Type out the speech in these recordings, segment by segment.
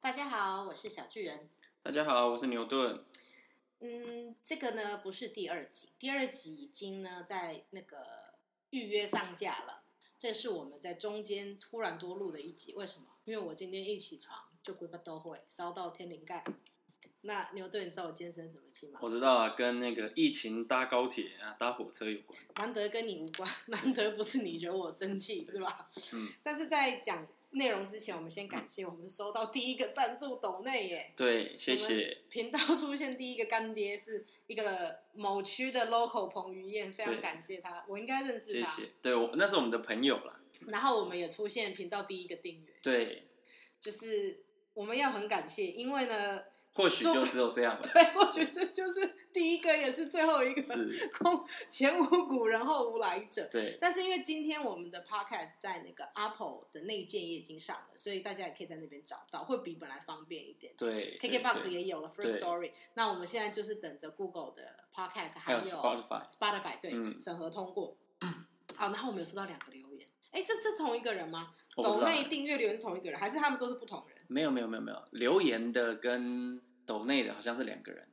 大家好，我是小巨人。大家好，我是牛顿。嗯，这个呢不是第二集，第二集已经呢在那个预约上架了。这是我们在中间突然多录的一集，为什么？因为我今天一起床就鬼巴都会烧到天灵盖。那牛顿，你知道我今天生什么气吗？我知道啊，跟那个疫情搭高铁啊、搭火车有关。难得跟你无关， 难得不是你惹我生气，是吧？嗯。但是在讲内容之前，我们先感谢我们收到第一个赞助抖内耶。对，谢谢。频道出现第一个干爹是一个某区的 local 彭于晏，非常对感谢他，我应该认识谢他。谢。对我那是我们的朋友啦。然后我们也出现频道第一个订阅，对，就是我们要很感谢，因为呢，或许就只有这 样了。对，或许这就是第一个也是最后一个，是， 空前无古人后无来者。对，但是因为今天我们的 podcast 在那个 Apple 的那一件也已经上了，所以大家也可以在那边找到，会比本来方便一点。对。对 KKBox 对也有了 First 对 Story，那我们现在就是等着 Google 的 Podcast 还还有有 Spotify。 Spotify 对、嗯审核通过。 好，然后我们有收到两个留言，哎，这这同一个人吗？我不抖知道。欸内订阅留言是同一个人，还是他们都是不同人？没有没有没有没有，留言的跟抖内的好像是两个人，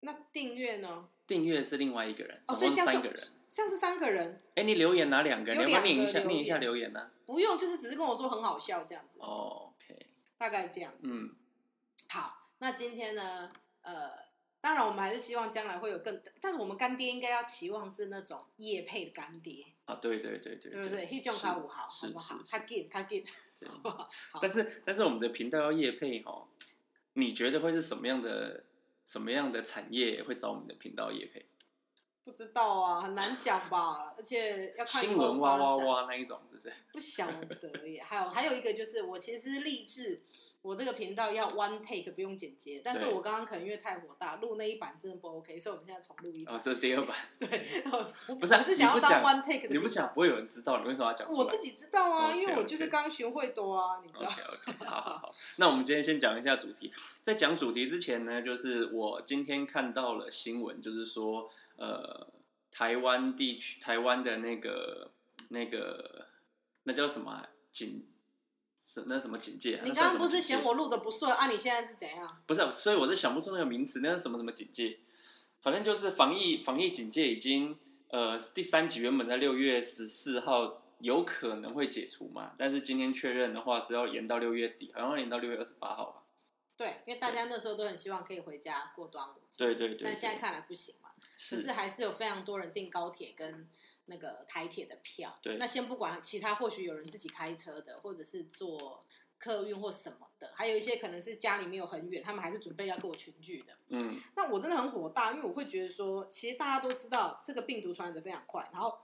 那订阅呢？订阅是另外一个人，哦，总所以共这样三是个人。像是三个人，哎，你留言哪两个？你有要不要两个留言念一下念一下留言呢不用就是只是跟我说很好笑这样子，哦？OK，大概这样子。嗯，好，那今天呢，呃，当然我们还是希望将来会有更，但是我们干爹应该要期望是那种业配的干爹，啊，对对对对，对不对？黑种卡五号，好是不好？是他 get 他 get，对好不好？好但是但是我们的频道要业配哦，你觉得会是什么样的什么样的产业会找我们的频道业配？ 不知道啊，很难讲吧，而且要看以新后闻哇哇发展，哇那一种，是不是？不晓得耶。 还有还有一个就是，我其实立志。我这个频道要 one take 不用剪接，但是对我刚刚可能因为太火大，录那一版真的不 OK，所以我们现在重录一版。哦，这是第 二版，对，我不是啊我是想要你不当讲 one take 的频道。你不讲不会有人知道，你为什么要讲出我来自己知道啊， OK，哦因为我就是 OK 刚学会多啊，你知道。 ？OK OK，好好好。那我们今天先讲一下主题。在讲主题之前呢，就是我今天看到了新闻，就是说，呃，台湾地区，台湾的那个那个那叫什么啊、警？什那什么警戒啊？ 你刚那算什刚么不是警戒嫌我录的不顺啊？你现在是怎样？不是啊，所以我是想不出那个名词，那是什么什么警戒，反正就是防疫防疫警戒已经呃第三级原本在六月十四号有可能会解除嘛，但是今天确认的话是要延到六月底，好像要延到六月二十八号吧。对，因为大家那时候都很希望可以回家过端午节，对对对但现在对看来不行嘛，只是是还是有非常多人订高铁跟那个台铁的票。对那先不管其他，或许有人自己开车的，或者是坐客运或什么的，还有一些可能是家里没有很远，他们还是准备要跟我群聚的。嗯那我真的很火大，因为我会觉得说，其实大家都知道这个病毒传染的非常快，然后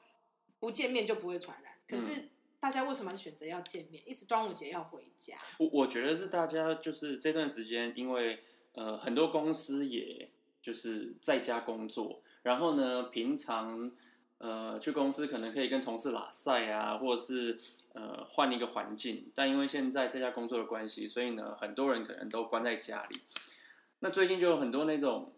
不见面就不会传染。可是嗯大家为什么还是选择要见面？一直端午节要回家，我我觉得是大家就是这段时间，因为呃很多公司也就是在家工作，然后呢平常呃去公司可能可以跟同事拉塞啊，或者是呃换一个环境，但因为现在在家工作的关系，所以呢很多人可能都关在家里。那最近就有很多那种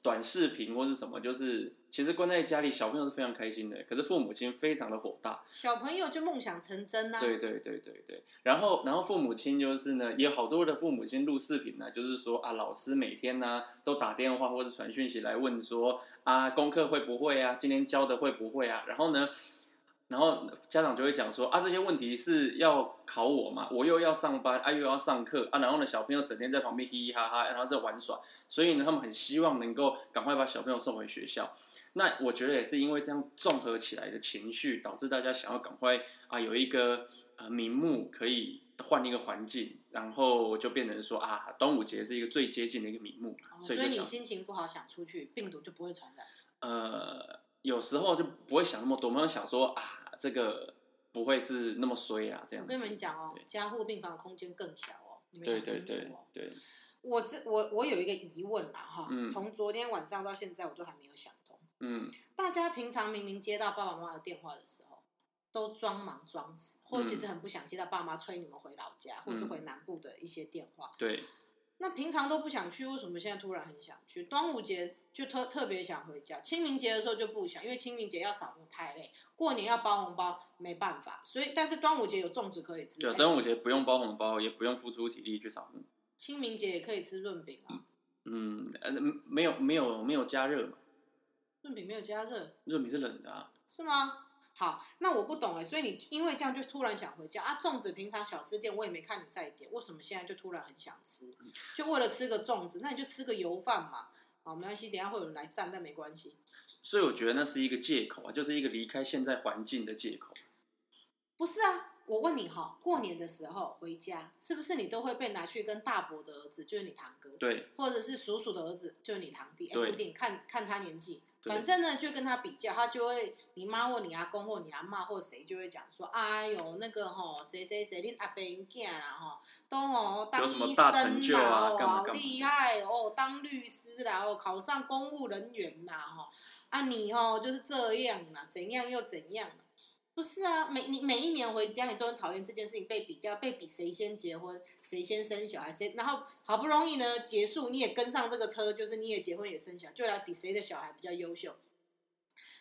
短视频或是什么，就是其实关在家里，小朋友是非常开心的，可是父母亲非常的火大，小朋友就梦想成真啊呐、对对对对对，然后然后父母亲就是呢，也有好多的父母亲录视频呢，就是说啊，老师每天呢、都打电话或者传讯息来问说啊，功课会不会啊，今天教的会不会啊，然后呢。然后家长就会讲说啊，这些问题是要考我嘛，我又要上班啊，又要上课啊，然后呢，小朋友整天在旁边嘻嘻哈哈，然后在玩耍，所以呢，他们很希望能够赶快把小朋友送回学校。那我觉得也是因为这样综合起来的情绪，导致大家想要赶快啊有一个呃名目可以换一个环境，然后就变成说啊端午节是一个最接近的一个名目哦嘛，所所以以就你想心情不好想出去，病毒就不会传染。呃有时候就不会想那么多，没有想说啊这个不会是那么衰啊这样我子。跟你们讲哦对，加护病房空间更小哦，你们想对对清楚对哦。对，我这我我有一个疑问啦哈，嗯从昨天晚上到现在我都还没有想通。嗯大家平常明明接到爸爸妈妈的电话的时候，都装忙装嗯死，或者其实很不想接到爸妈催你们回老家，或是回南部的一些电话。对那平常都不想去，为什么现在突然很想去？端午节就特特别想回家，清明节的时候就不想，因为清明节要扫墓太累，过年要包红包没办法，所以但是端午节有粽子可以吃，对，啊哎端午节不用包红包，也不用付出体力去扫墓。清明节也可以吃润饼啊，嗯，呃，没有没有没有加热嘛，润饼没有加热热米是冷的啊。是吗？好，那我不懂哎、所以你因为这样就突然想回家啊？粽子平常小吃店我也没看你在点，为什么现在就突然很想吃？就为了吃个粽子，那你就吃个油饭嘛。好，没关系，等一下会有人来站，但没关系。所以我觉得那是一个借口啊，就是一个离开现在环境的借口。不是啊，我问你哈，过年的时候回家，是不是你都会被拿去跟大伯的儿子，就是你堂哥，对，或者是叔叔的儿子，就是你堂弟，哎，不对一定看看他年纪。对反正呢，就跟他比较，他就会，你妈或你阿公或你阿妈或谁就会讲说，哎呦，那个吼，谁谁谁，恁阿伯因囝啦吼，都吼当有什么医大成生就啦，啊哦，干嘛好干嘛厉害哦，当律师啦，哦，考上公务人员啦，吼，啊你哦就是这样啦，怎样又怎样啦不是啊，每你每一年回家，你都很讨厌这件事情被比较，被比谁先结婚，谁先生小孩，谁然后好不容易呢结束，你也跟上这个车，就是你也结婚也生小孩，就来比谁的小孩比较优秀。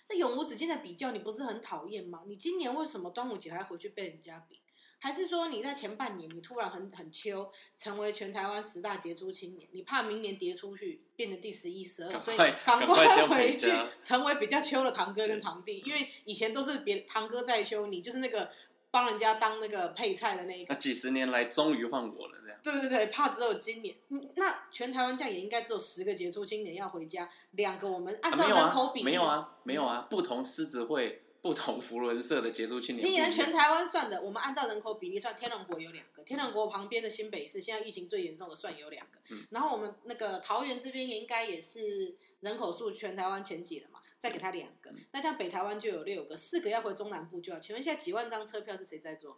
这永无止境的比较，你不是很讨厌吗？你今年为什么端午节还回去被人家比？还是说你在前半年你突然很很秋，成为全台湾十大杰出青年，你怕明年跌出去变成第十一、十二，赶所以快赶赶快先回回去家成为比较秋的堂哥跟堂弟，因为以前都是别堂哥在修，你就是那个帮人家当那个配菜的那一那个。几十年来终于换我了，这样。对对对，怕只有今年，嗯那全台湾这样也应该只有十个杰出青年要回家，两个我们按啊照没有人口啊比，例，没有啊，没有啊，不同狮子会，不同福伦社的杰出青年不你一以样。前全台湾算的，我们按照人口比例算，天龙国有两个，天龙国旁边的新北市现在疫情最严重的算有两个，嗯然后我们那个桃园这边也应该也是人口数全台湾前几了嘛，再给他两个，嗯那像北台湾就有六个，四个要回中南部就要。请问现在几万张车票是谁在做？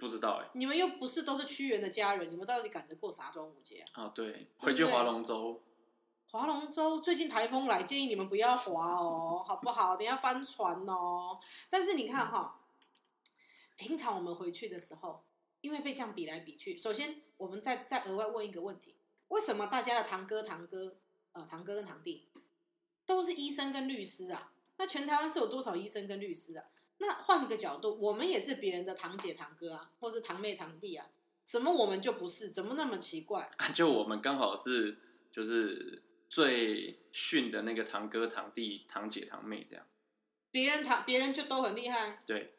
不知道哎、你们又不是都是屈原的家人，你们到底赶着过啥端午节啊？啊，对，回去划龙舟，划龙舟最近台风来，建议你们不要划哦，好不好？等一下翻船哦。但是你看哈、平常我们回去的时候，因为被这样比来比去，首先我们再再额外问一个问题：为什么大家的堂哥、堂哥、呃堂哥跟堂弟都是医生跟律师啊？那全台湾是有多少医生跟律师啊？那换个角度，我们也是别人的堂姐、堂哥啊，或是堂妹、堂弟啊，怎么我们就不是？怎么那么奇怪？啊就我们刚好是就是最逊的那个堂哥、堂弟、堂姐、堂妹这样。别人堂别人就都很厉害，对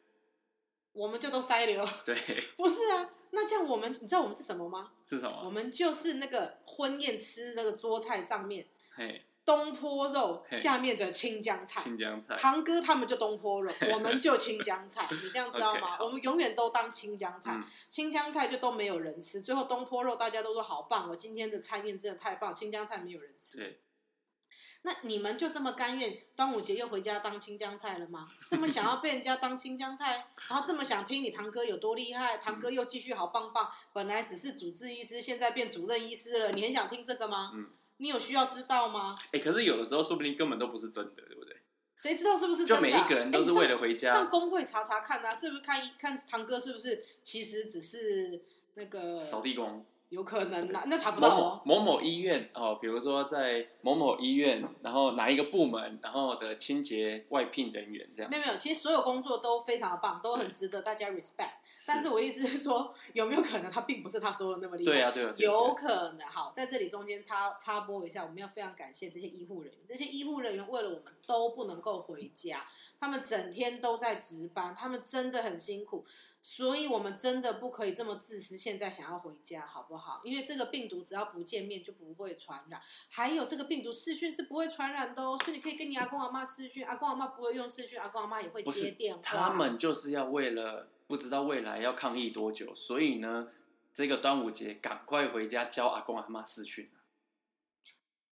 我们就都塞流。 对， 不是啊，那这样我们，你知道我们是什么吗？是什我么？们就是那个婚宴吃那个桌菜上面嘿，东坡肉嘿下面的青江菜。青江菜。堂哥他们就东坡肉，我们就青江 菜，你这样知道吗 OK，好我们永远都当青江菜，嗯青江菜就都没有人吃，最后东坡肉大家都说好棒，我今天的餐宴真的太棒，青江菜没有人吃。对，那你们就这么甘愿端午节又回家当青江菜了吗？这么想要被人家当青江菜，然后这么想听你堂哥有多厉害，堂哥又继续好棒棒，本来只是主治医师，现在变主任医师了，你很想听这个吗？嗯你有需要知道吗？哎、可是有的时候说不定根本都不是真的，对不对？谁知道是不是真的啊、就每一个人都是为了回哎你上上家，工会查查看啊，是不是看一看堂哥是不是其实只是那个扫地工。有可能啦、那查不某到哦某。某某医院哦，比如说在某某医院，然后哪一个部门，然后的清洁外聘人员这样没。有没有，其实所有工作都非常的棒，都很值得大家 respect。但是我意思是说， 有没有可能他并不是他说的那么厉害？对啊，对啊，对啊有可能。好，在这里中间插插播一下，我们要非常感谢这些医护人员，这些医护人员为了我们都不能够回家，他们整天都在值班，他们真的很辛苦。所以，我们真的不可以这么自私。现在想要回家，好不好？因为这个病毒只要不见面就不会传染，还有这个病毒视讯是不会传染的哦。所以你可以跟你阿公阿妈视讯，阿公阿妈不会用视讯，阿公阿妈也会不是接电话。他们就是要为了不知道未来要抗议多久，所以呢，这个端午节赶快回家教阿公阿妈视讯。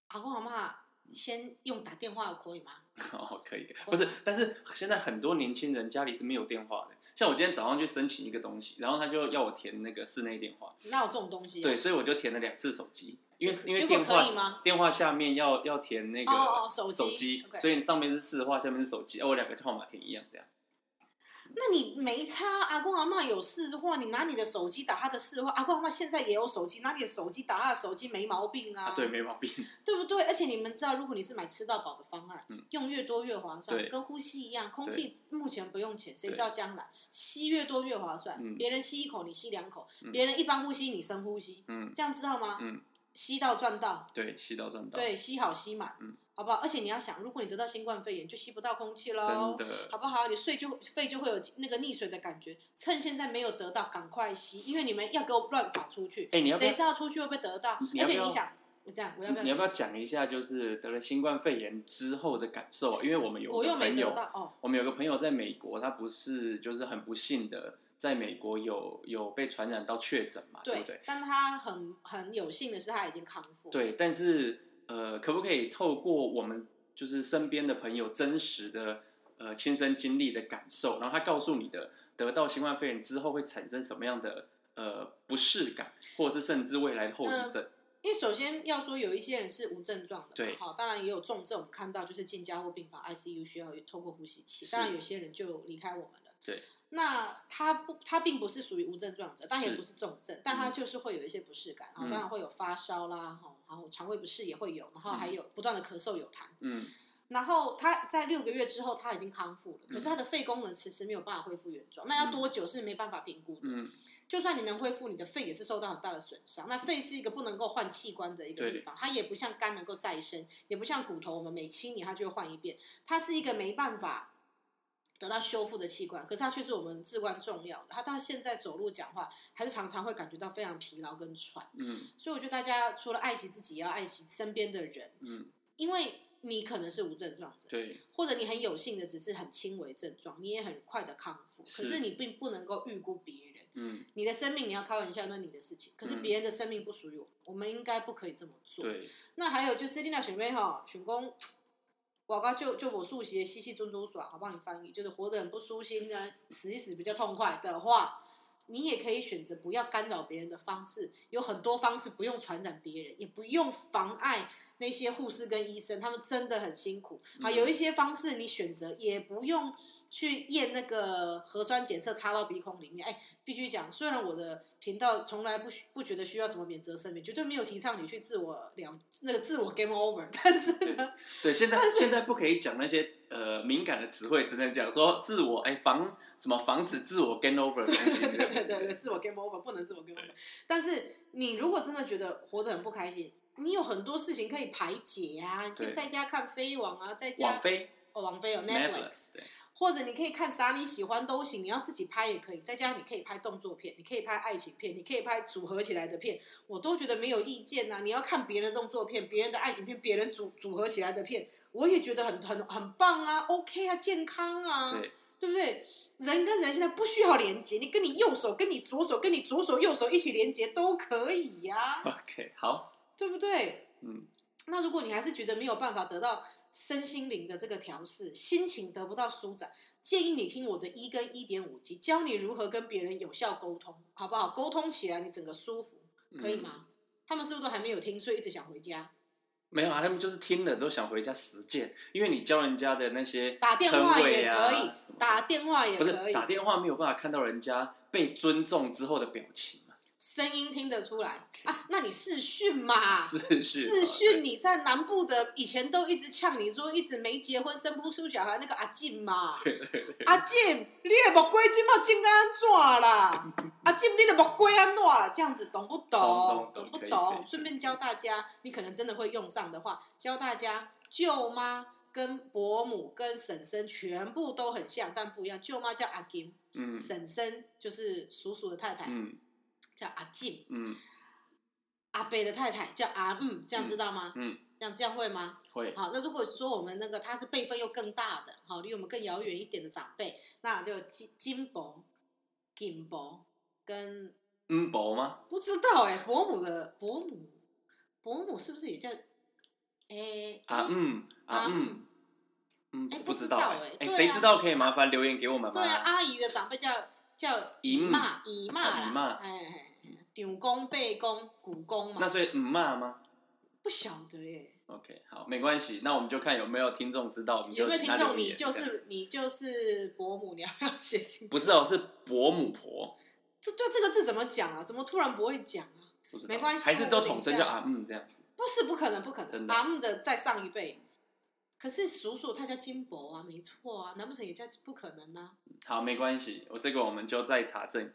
阿公阿妈先用打电话可以吗？ 哦，可以，不是，但是现在很多年轻人家里是没有电话的。像我今天早上去申请一个东西，然后他就要我填那个室内电话，哪有这种东西、啊？对，所以我就填了两次手机，因为结因为结果电话可以吗电话下面要要填那个哦哦手机手机 OK，啊所以你上面是市的话，下面是手机，哦，我两个号码填一样这样。那你没差，阿公阿嬷有事的话，你拿你的手机打他的事的话，阿公阿嬷现在也有手机，拿你的手机打他的手机没毛病啊，啊，对，没毛病，对不对？而且你们知道，如果你是买吃到饱的方案，嗯用越多越划算，对跟呼吸一样，空气目前不用钱，谁对知道将来吸越多越划算？嗯别人吸一口，你吸两口；嗯别人一般呼吸，你深呼吸，嗯这样知道吗？嗯，吸到赚到，对，吸到赚到，对，吸好吸满，嗯好不好？而且你要想，如果你得到新冠肺炎，就吸不到空气喽真。的，哦好不好？你睡就肺就会有那个溺水的感觉，趁现在没有得到，赶快吸，因为你们要给我乱跑出去，哎你要不要谁知道出去会不会得到？你而要不且你要想，我这样，我要不要？嗯你要不要讲一下，就是得了新冠肺炎之后的感受啊？因为我们有我个又没朋友得，到哦，我们有个朋友在美国，他不是就是很不幸的，在美国有有被传染到确诊啊嘛，对不对？但他很很有幸的是，他已经康复。，对，但是呃，可不可以透过我们就是身边的朋友真实的呃亲身经历的感受，然后他告诉你的得到新冠肺炎之后会产生什么样的呃不适感，或者是甚至未来的后遗症？因为首先要说有一些人是无症状的嘛，对好，当然也有重症，我们看到就是进加护病房 ICU 需要透过呼吸器，是当然有些人就离开我们了。对，那他不，他并不是属于无症状者，但也是不是重症，但他就是会有一些不适感，啊、嗯当然会有发烧啦，哈，然后肠胃不适也会有，然后还有不断的咳嗽有痰。嗯，然后他在六个月之后他已经康复了，可是嗯他的肺功能迟迟没有办法恢复原状，那要多久是没办法评估的。嗯，就算你能恢复，你的肺也是受到很大的损伤。那肺是一个不能够换器官的一个地方，它也不像肝能够再生，也不像骨头，我们每七年它就会换一遍。它是一个没办法得到修复的器官，可是它却是我们至关重要的。它到现在走路、讲话，还是常常会感觉到非常疲劳跟喘。嗯所以我觉得大家除了爱惜自己，也要爱惜身边的人，嗯，因为你可能是无症状者，对，或者你很有幸的只是很轻微症状，你也很快的康复，可是是你并不能够预估别人。嗯你的生命你要开玩笑，那你的事情。可是嗯别人的生命不属于我，我们应该不可以这么做。对，那还有就是丽娜选妹哈，选公，我刚就就我速写西西尊都爽，好帮你翻译，就是活得很不舒心呢，死一死比较痛快的话，你也可以选择不要干扰别人的方式，有很多方式不用传染别人，也不用妨碍那些护士跟医生，他们真的很辛苦啊。嗯有一些方式你选择也不用去验那个核酸检测插到鼻孔里面，哎，必须讲，虽然我的频道从来不需不觉得需要什么免责声明，绝对没有提倡你去自我了那个自我 game over，但是呢，对，现在现在不可以讲那些呃敏感的词汇，只能讲说自我哎防什么防止自我 gain over 的东西。 对对这对样对对，自我 game over 不能自我 game over。但是你如果真的觉得活得很不开心，你有很多事情可以排解呀、你可以对在家看飞网啊，在网家飞哦网飞有 Netflix，对，或者你可以看啥你喜欢都行，你要自己拍也可以，在家你可以拍动作片，你可以拍爱情片，你可以拍组合起来的片，我都觉得没有意见呐、啊你要看别人的动作片、别人的爱情片、别人组组合起来的片，我也觉得很很很棒啊，OK 啊，健康啊，对对不对？人跟人现在不需要连接，你跟你右手、跟你左手、跟你左手、右手一起连接都可以呀、 OK 好，对不对？嗯，那如果你还是觉得没有办法得到身心灵的这个调试，心情得不到舒展，建议你听我的一跟一点五集，教你如何跟别人有效沟通，好不好？沟通起来你整个舒服，可以嗯吗？他们是不是都还没有听，所以一直想回家？没有啊，他们就是听了之后想回家实践，因为你教人家的那些打电话称谓也啊可以，什么的打电话也不可是以，打电话没有办法看到人家被尊重之后的表情啊嘛，声音听得出来啊？那你视讯嘛？视讯啊嘛视讯你在南部的以前都一直呛你说一直没结婚生不出小孩那个阿进嘛， 对对对阿进，你的木瓜即马进到安怎啦？阿进，你的木瓜安怎啦？这样子懂不懂懂？懂懂不懂可以可懂？以顺便教大家，你可能真的会用上的话，教大家舅妈跟伯母跟婶婶全部都很像，但不一样。舅妈叫阿金，嗯婶婶就是叔叔的太太，嗯叫阿进；嗯阿伯的太太叫阿姆，这样知道吗？嗯，这样这样会吗？会好，那如果说我们那个他是辈分又更大的，好，离我们更遥远一点的长辈，那就金金伯、金伯跟嗯薄吗？不知道哎、伯母的伯母，伯母是不是也叫哎、啊一嗯啊啊嗯嗯哎，不不知知道道哎哎哎，对谁啊知道可以麻烦留言给我们吗？对啊，阿姨的长辈叫叫姨母妈、姨妈啊姨妈啦，哎哎，哎长公、辈公、姑公嘛那，所以嗯骂吗？不晓得耶、哎 OK，好，没关系，那我们就看有没有听众知道，我们就有没有请听他众？留你言就这样是你就是伯母，你要不要写信？ 不是哦，是伯母婆，这就这个字怎么讲啊？怎么突然不会讲啊？不知道没关系还是我都等一统称下叫阿嗯这样子。不是不可能，不可能。真的阿姆的再上一辈，可是叔叔他叫金伯啊，没错啊，难不成也叫不可能啊呢、好，没关系，我这个我们就再查证，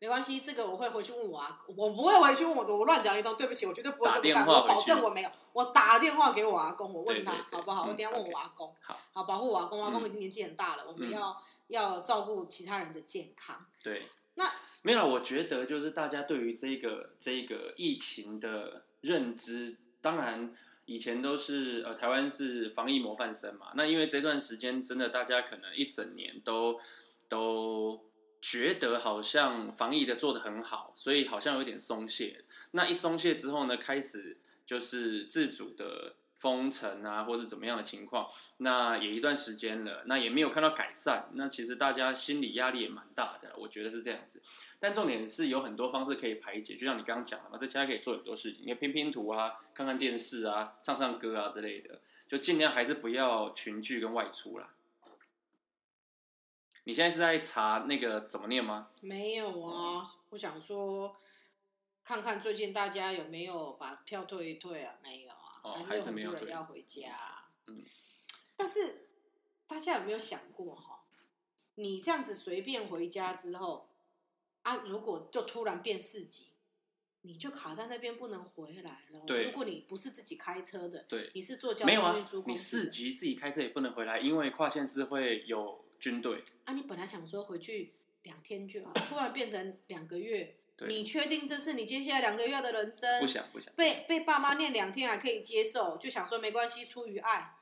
没关系，这个我会回去问我阿，我不会回去问我的，我乱讲一通，对不起，我绝对不会打这么电干，话我保回去证我没有，我打电话给我阿公，我问他对对对好不好？我嗯等一下问 OK 我阿公，好，保护我阿公，我阿公嗯已经年纪很大了，我们嗯要要照顾其他人的健康。对。那没有啦，我觉得就是大家对于这个这个疫情的认知，当然以前都是呃台湾是防疫模范生嘛，那因为这段时间真的大家可能一整年都都觉得好像防疫的做得很好，所以好像有点松懈。那一松懈之后呢，开始就是自主的封城啊，或者怎么样的情况，那也一段时间了，那也没有看到改善，那其实大家心理压力也蛮大的，我觉得是这样子。但重点是有很多方式可以排解，就像你刚刚讲的嘛，在家可以做很多事情，你可以拼拼图啊，看看电视啊，唱唱歌啊之类的，就尽量还是不要群聚跟外出啦。你现在是在查那个怎么念吗？没有啊，我想说，看看最近大家有没有把票退一退啊？没有啊，哦还还有是很没多有人退要回家、啊。嗯，但是大家有没有想过哈？你这样子随便回家之后，啊，如果就突然变四级，你就卡在那边不能回来了。哦对如果你不是自己开车的，对，你是坐交没有通啊运输，你公司四的级自己开车也不能回来，因为跨县市会有军队。啊，你本来想说回去两天就好，突然变成两个月。你对，确定这是你接下来两个月的人不生？想不想。被被爸妈念两天还可以接受，就想说没关系，出于爱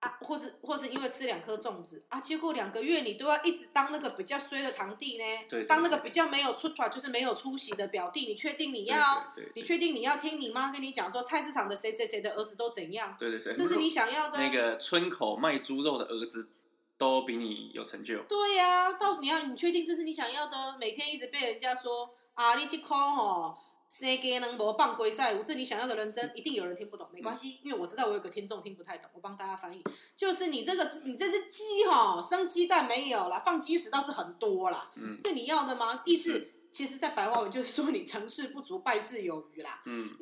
啊，或是或是因为吃两颗粽子啊，结果两个月你都要一直当那个比较衰的堂弟呢，对对当那个比较没有出团就是没有出息的表弟，你确定你对要？对对你对确定你要听你妈跟你讲说菜市场的谁谁谁的儿子都怎样？对对对，这是你想要的？那个村口卖猪肉的儿子都比你有成就。对呀、到你要你确定这是你想要的？每天一直被人家说啊，你这空哦，谁给能博棒规赛，我是你想要的人生，一定有人听不懂，没关系，因为我知道我有个听众听不太懂，我帮大家翻译，就是你这个你这只鸡哈、哦，生鸡蛋没有啦，放鸡食倒是很多啦，嗯这你要的吗？意思是其实，在白话文就是说你成事不足，败事有余啦。嗯，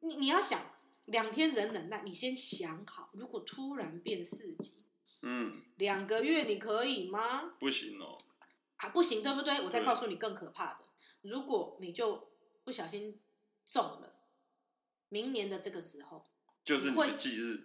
你你要想两天忍忍耐，你先想好，如果突然变四级，嗯，两个月你可以吗？不行哦。啊，不行，对不对？我再对告诉你更可怕的，如果你就不小心中了，明年的这个时候，就是你会忌日，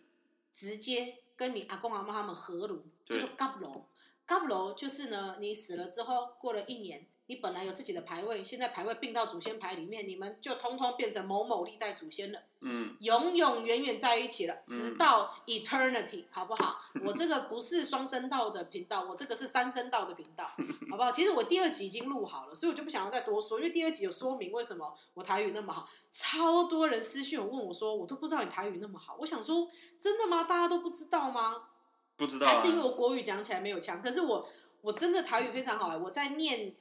直接跟你阿公阿妈他们合炉，叫对做嘎楼。嘎楼就是呢，你死了之后，过了一年，你本来有自己的牌位，现在牌位并到祖先牌里面，你们就通通变成某某历代祖先了。嗯，永永远远在一起了，嗯直到 eternity，、好不好？我这个不是双声道的频道，我这个是三声道的频道，好不好？其实我第二集已经录好了，所以我就不想要再多说，因为第二集有说明为什么我台语那么好。超多人私讯我问我说，我都不知道你台语那么好，我想说真的吗？大家都不知道吗？不知道、啊。还是因为我国语讲起来没有腔，可是我我真的台语非常好、欸，我在念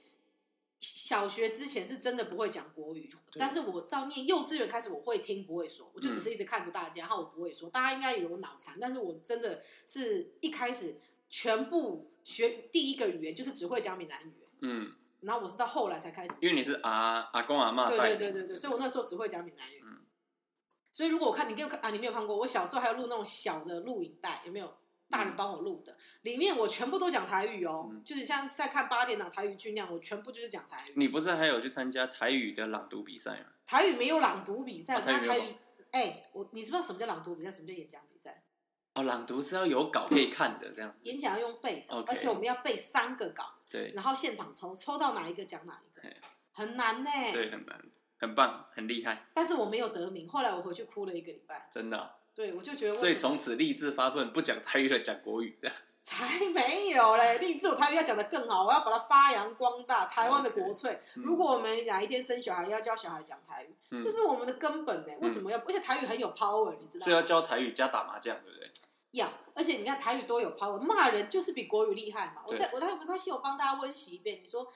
小学之前是真的不会讲国语，对嗯但是我到念幼稚园开始我会听不会说，我就只是一直看着大家，然后我不会说，大家应该有脑残，但是我真的是一开始全部学第一个语言就是只会讲闽南语，嗯，然后我是到后来才开始，因为你是阿阿公阿妈对对带的，对对对，所以我那时候只会讲闽南语。嗯所以如果我看你没有看啊，你没有看过，我小时候还有录那种小的录影带，有没有？大人帮我录的，里面我全部都讲台语哦，嗯就是像在看八点档台语剧那样，我全部就是讲台语。你不是还有去参加台语的朗读比赛吗？台语没有朗读比赛，啊我看台台语没有语，哎、我你知不知道什么叫朗读比赛，什么叫演讲比赛？哦，朗读是要有稿可以看的，这样演讲要用背的 OK 而且我们要背三个稿，对然后现场抽，抽到哪一个讲哪一个嘿，很难呢、对，很难，很棒，很厉害，但是我没有得名，后来我回去哭了一个礼拜，真的啊、对我就觉得为所以什么从此立志发奋，不讲台语了，讲国语，这样才 没有嘞！励志我台语要讲的更好，我要把它发扬光大，台湾的国粹。嗯如果我们哪一天生小孩，要教小孩讲台语，嗯这是我们的根本呢。为什么要？而且台语很有 power，你知道所以要吗？教台语加打麻将，对不对？要，而且你看台语多有 power，骂人就是比国语厉害嘛。我对在我在没关系，我帮大家温习一遍。你说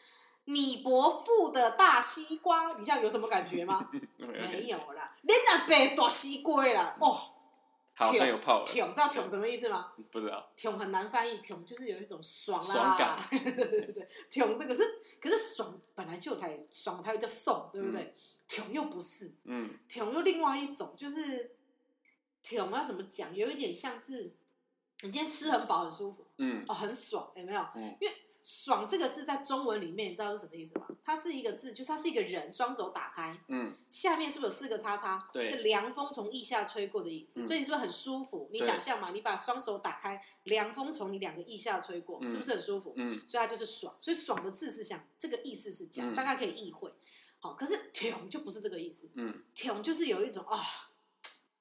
你伯父的大西 瓜，你这样有什么感觉吗？嗯没有啦，你那白大西瓜啦，哦，好像有泡了，挺，知道挺什么意思吗？不知道。挺很难翻译，挺就是有一种爽啦，爽感 对对对，挺这个是，可是爽本来就有台爽，它又叫送，对不对？挺、又不是，嗯，挺又另外一种，就是挺要怎么讲，有一点像是你今天吃很饱很舒服嗯哦，很爽，有没有？嗯因为爽这个字在中文里面，你知道是什么意思吗？它是一个字，就是它是一个人双手打开，嗯，下面是不是有四个叉叉？对是凉风从腋下吹过的意思，嗯所以你是不是很舒服？你对想象嘛，你把双手打开，凉风从你两个腋下吹过，嗯是不是很舒服？嗯，所以它就是爽，所以爽的字是想这个意思是这样，嗯大概可以意会。好，可是挺就不是这个意思，嗯，挺就是有一种啊、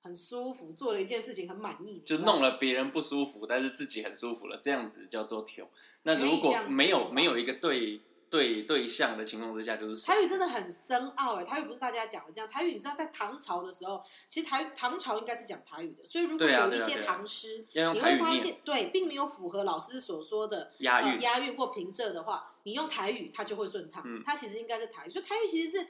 很舒服，做了一件事情很满意，就你知道吗弄了别人不舒服，但是自己很舒服了，这样子叫做挑。那可以如这果样没说有吧没有一个对对对象的情况之下，就是爽台语真的很深奥哎，台语不是大家讲的这样。台语你知道，在唐朝的时候，其实台唐朝应该是讲台语的，所以如果对啊有一对啊些对啊唐诗，要用你台会语发念现对，并没有符合老师所说的押呃韵。押韵或平仄的话，你用台语它就会顺畅。嗯它其实应该是台语，所以台语其实是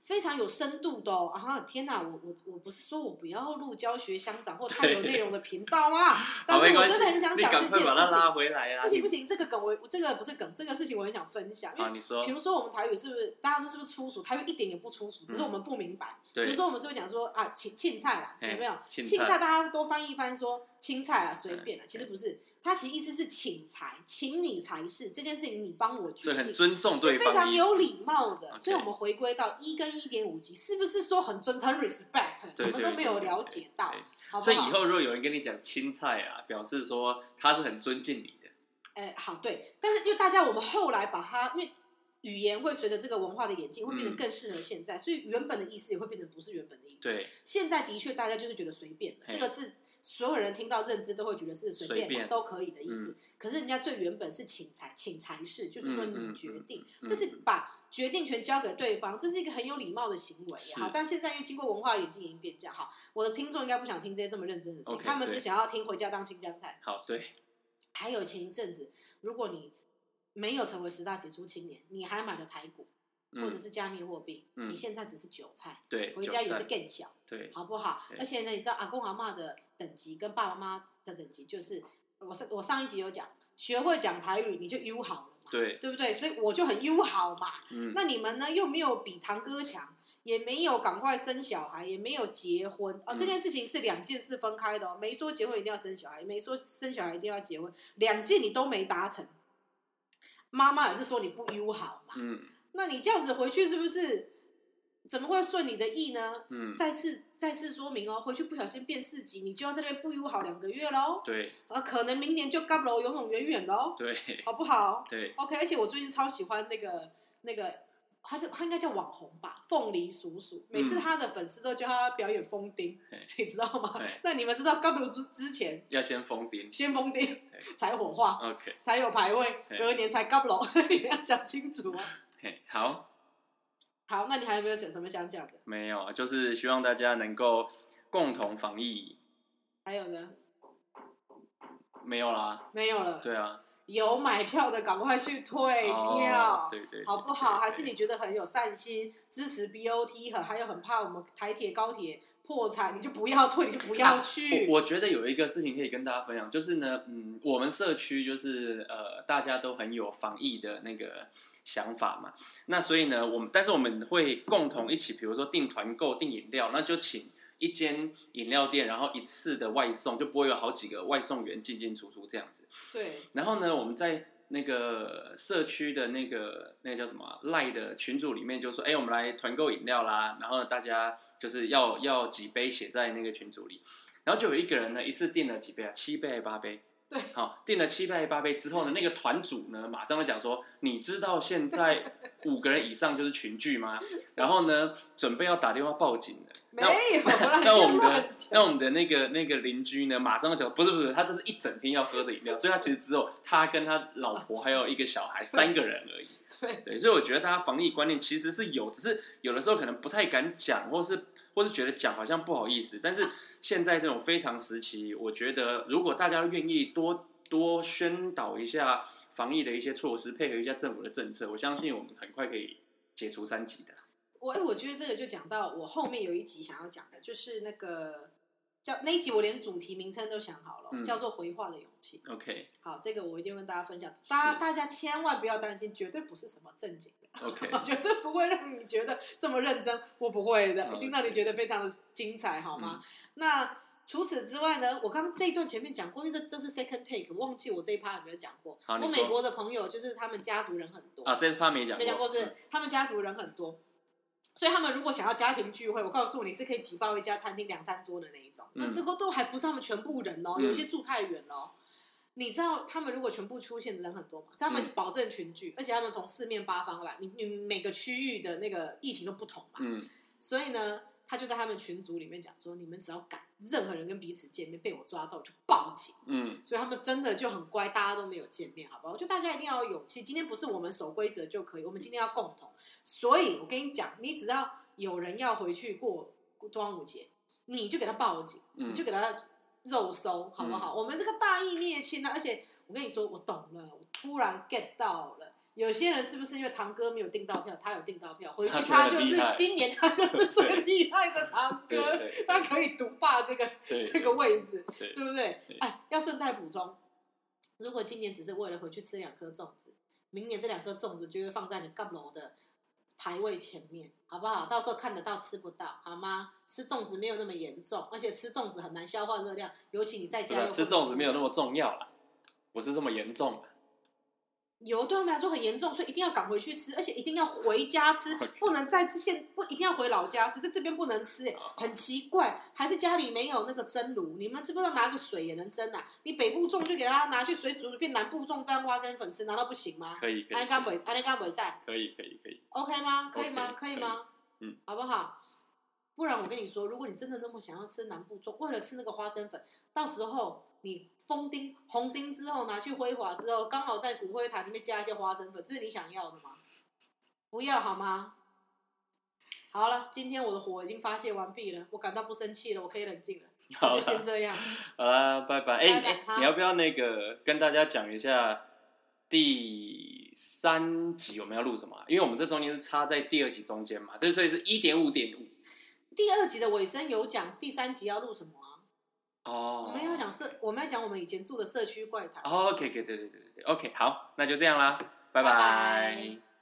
非常有深度的哦。啊，天哪，我我我不是说我不要录教学乡长或太有内容的频道啊， 但好，是没我关系真的很想你讲这件赶快把事它情拉。回来啦！不行你不行，这个梗我这个不是梗，这个事情我很想分享，因为好，你说比，如说我们台语是不是大家说是不是粗俗？台语一点也不粗俗，只是嗯我们不明白。比如对，说我们是不是讲说啊，青青菜啦，嘿有没有？青青菜菜大家都翻译翻说青菜啦，随便啦，嘿其实不是，它其实意思是请财，请你才是这件事情，你帮我决所以很定。尊重是对非方的常意有思礼貌的， OK 所以我们回归到一跟一点五级，是不是说很尊很 respect？我对们都对没有对了对解到对，好不所以以好？后如果有人跟你讲青菜啊，表示说他是很尊敬你的。哎，好对，但是因为大家我们后来把它，因为语言会随着这个文化的演进，会变得嗯更适合现在，所以原本的意思也会变成不是原本的意思。对，现在的确大家就是觉得随便了，嘿这个字所有人听到认知都会觉得是随随便便的都可以的意思。嗯可是人家最原本是请才请才是，就是说嗯嗯你嗯决定，嗯这是把决定权交给对方，这是一个很有礼貌的行为是好，但现在因为经过文化演进已经变这样，好，我的听众应该不想听这些这么认真的事情 OK，他们只对想要听回家当新疆菜。好，对，还有前一阵子，如果你没有成为十大杰出青年，你还买了台股或者嗯，是加密货币，嗯你现在只是韭菜，对，回韭家也是菜，更小。对，好不好？对而且呢，你知道阿公阿妈的等级跟爸爸妈妈的等级，就是我上我上一集有讲，学会讲台语你就优好了嘛，对，不对？所以我就很优好嘛。嗯，那你们呢，又没有比堂哥强，也没有赶快生小孩，也没有结婚哦，嗯这件事情是两件事分开的哦，没说结婚一定要生小孩，没说生小孩一定要结婚，两件你都没达成。妈妈也是说你不优好嘛，嗯，那你这样子回去是不是怎么会顺你的意呢？嗯再次再次说明哦，回去不小心变四级，你就要在那边不悠好两个月喽，对，啊，可能明年就干楼永永远远喽，对， 好不好对， ？OK，而且我最近超喜欢那个那个。他是他应该叫网红吧，凤梨叔叔。每次他的粉丝都叫他表演封钉，嘿你知道吗嗯对？那你们知道刚读之之前要先 封顶。先封钉才火化， OK，才有排位，嘿隔年才干楼，所以你要想清楚哦。嘿，好，好，那你还有没有想什么想讲的？没有，啊就是希望大家能够共同防疫。还有呢？没有啦，没有了。对啊，有买票的赶快去退哦票，，对对，哎好不好？对还是你觉得很有善心，支持 BOT 很，还有很怕我们台铁、高铁破产，你就不要退，你就不要去。啊我我觉得有一个事情可以跟大家分享，就是呢，嗯，我们社区就是呃，大家都很有防疫的那个想法嘛。那所以呢，我们但是我们会共同一起，比如说订团购、订饮料，那就请一间饮料店，然后一次的外送，就不会有好几个外送员进进出出这样子。对，然后呢，我们在那个社区的那个那个叫什么啊赖的群组里面，就说，哎、我们来团购饮料啦，然后大家就是要要几杯写在那个群组里，然后就有一个人呢，一次订了几杯啊，七杯还八杯。对，好，订了七杯还八杯之后呢，那个团主呢，马上就讲说，你知道现在五个人以上就是群聚吗？然后呢，准备要打电话报警了。没有啦，那我你们乱的讲 那我们的那个那个邻居呢，马上就讲不是不是，他这是一整天要喝的饮料，所以他其实只有他跟他老婆还有一个 小孩三个人而已。对对，所以我觉得大家防疫观念其实是有，只是有的时候可能不太敢讲，或是或是觉得讲好像不好意思。但是现在这种非常时期，我觉得如果大家愿意多多宣导一下防疫的一些措施，配合一下政府的政策，我相信我们很快可以解除三级的。我哎我觉得这个就讲到我后面有一集想要讲的，就是那个叫那一集我连主题名称都想好了，嗯叫做《回话的勇气》。 OK 好，这个我一定跟大家分享。大是家大家千万不要担心，绝对不是什么正经的， OK， 绝对不会让你觉得这么认真。我不会的，好一定让你觉得非常的精彩，好嗯吗？那除此之外呢，我刚刚这一段前面讲过，因为这这是 second take，忘记我这一趴有没有讲过。好你我说美国的朋友就是他们家族人很多啊，这是他没讲没讲过是不是嗯？他们家族人很多，所以他们如果想要家庭聚会，我告诉你是可以挤爆一家餐厅两三桌的那一种。那嗯这个都还不是他们全部人哦，嗯有些住太远了哦。你知道他们如果全部出现的人很多嘛？所以他们嗯保证群聚，而且他们从四面八方来，你你每个区域的那个疫情都不同嘛，嗯所以呢，他就在他们群组里面讲说，你们只要敢任何人跟彼此见面，被我抓到我就报警。嗯所以他们真的就很乖，大家都没有见面，好不好？我觉得大家一定要有勇气。今天不是我们守规则就可以，我们今天要共同。所以我跟你讲，你只要有人要回去过端午节，你就给他报警，你嗯就给他肉搜，好不好？我们这个大义灭亲啊！而且我跟你说，我懂了，我突然 get 到了。有些人是不是因为堂哥没有订到票，他有订到票，回去他觉得他就很厉是害今年他就是最厉害的堂 对哥，对他可以独霸这个对这个位置。对对不对对？哎，要顺带补充，如果今年只是为了回去吃两颗粽子，明年这两颗粽子就会放在你干楼的排位前面，好不好？到时候看得到吃不到，好吗？吃粽子没有那么严重，而且吃粽子很难消化热量，尤其你在不家是又啊不吃粽子没有那出么重要啦，不是这么严重啦。门油，对他们来说很严重，所以一定要赶回去吃，而且一定要回家 吃 OK，不能在这现不一定要回老家吃，在这边不能 吃、哎很奇怪，还是家里没有那个蒸炉？你们知不知道拿个水也能蒸啊？你北部种就给他拿去水煮，变南部种沾花生粉吃，难道不行吗？可以可以安干北安干北赛可以可以可以， ，OK 吗？可以吗 OK，可以吗？可以嗯，好不好？不然我跟你说，如果你真的那么想要吃南部种，为了吃那个花生粉，到时候你封丁红丁之后拿去挥华之后，刚好在骨灰坛里面加一些花生粉，这是你想要的吗？不要好吗？好了，今天我的火已经发泄完毕了，我感到不生气了，我可以冷静了，好就啦先这样。好啦，拜拜。拜哎、拜哎好你要不要那个跟大家讲一下第三集我们要录什么啊、因为我们这中间是插在第二集中间嘛，这所以是一点五点五第二集的尾声有讲第三集要录什么啊？哦。我们要讲社，我们要讲我们以前住的社区怪谈。哦，OK，对对对对对，OK，好，那就这样啦，拜拜拜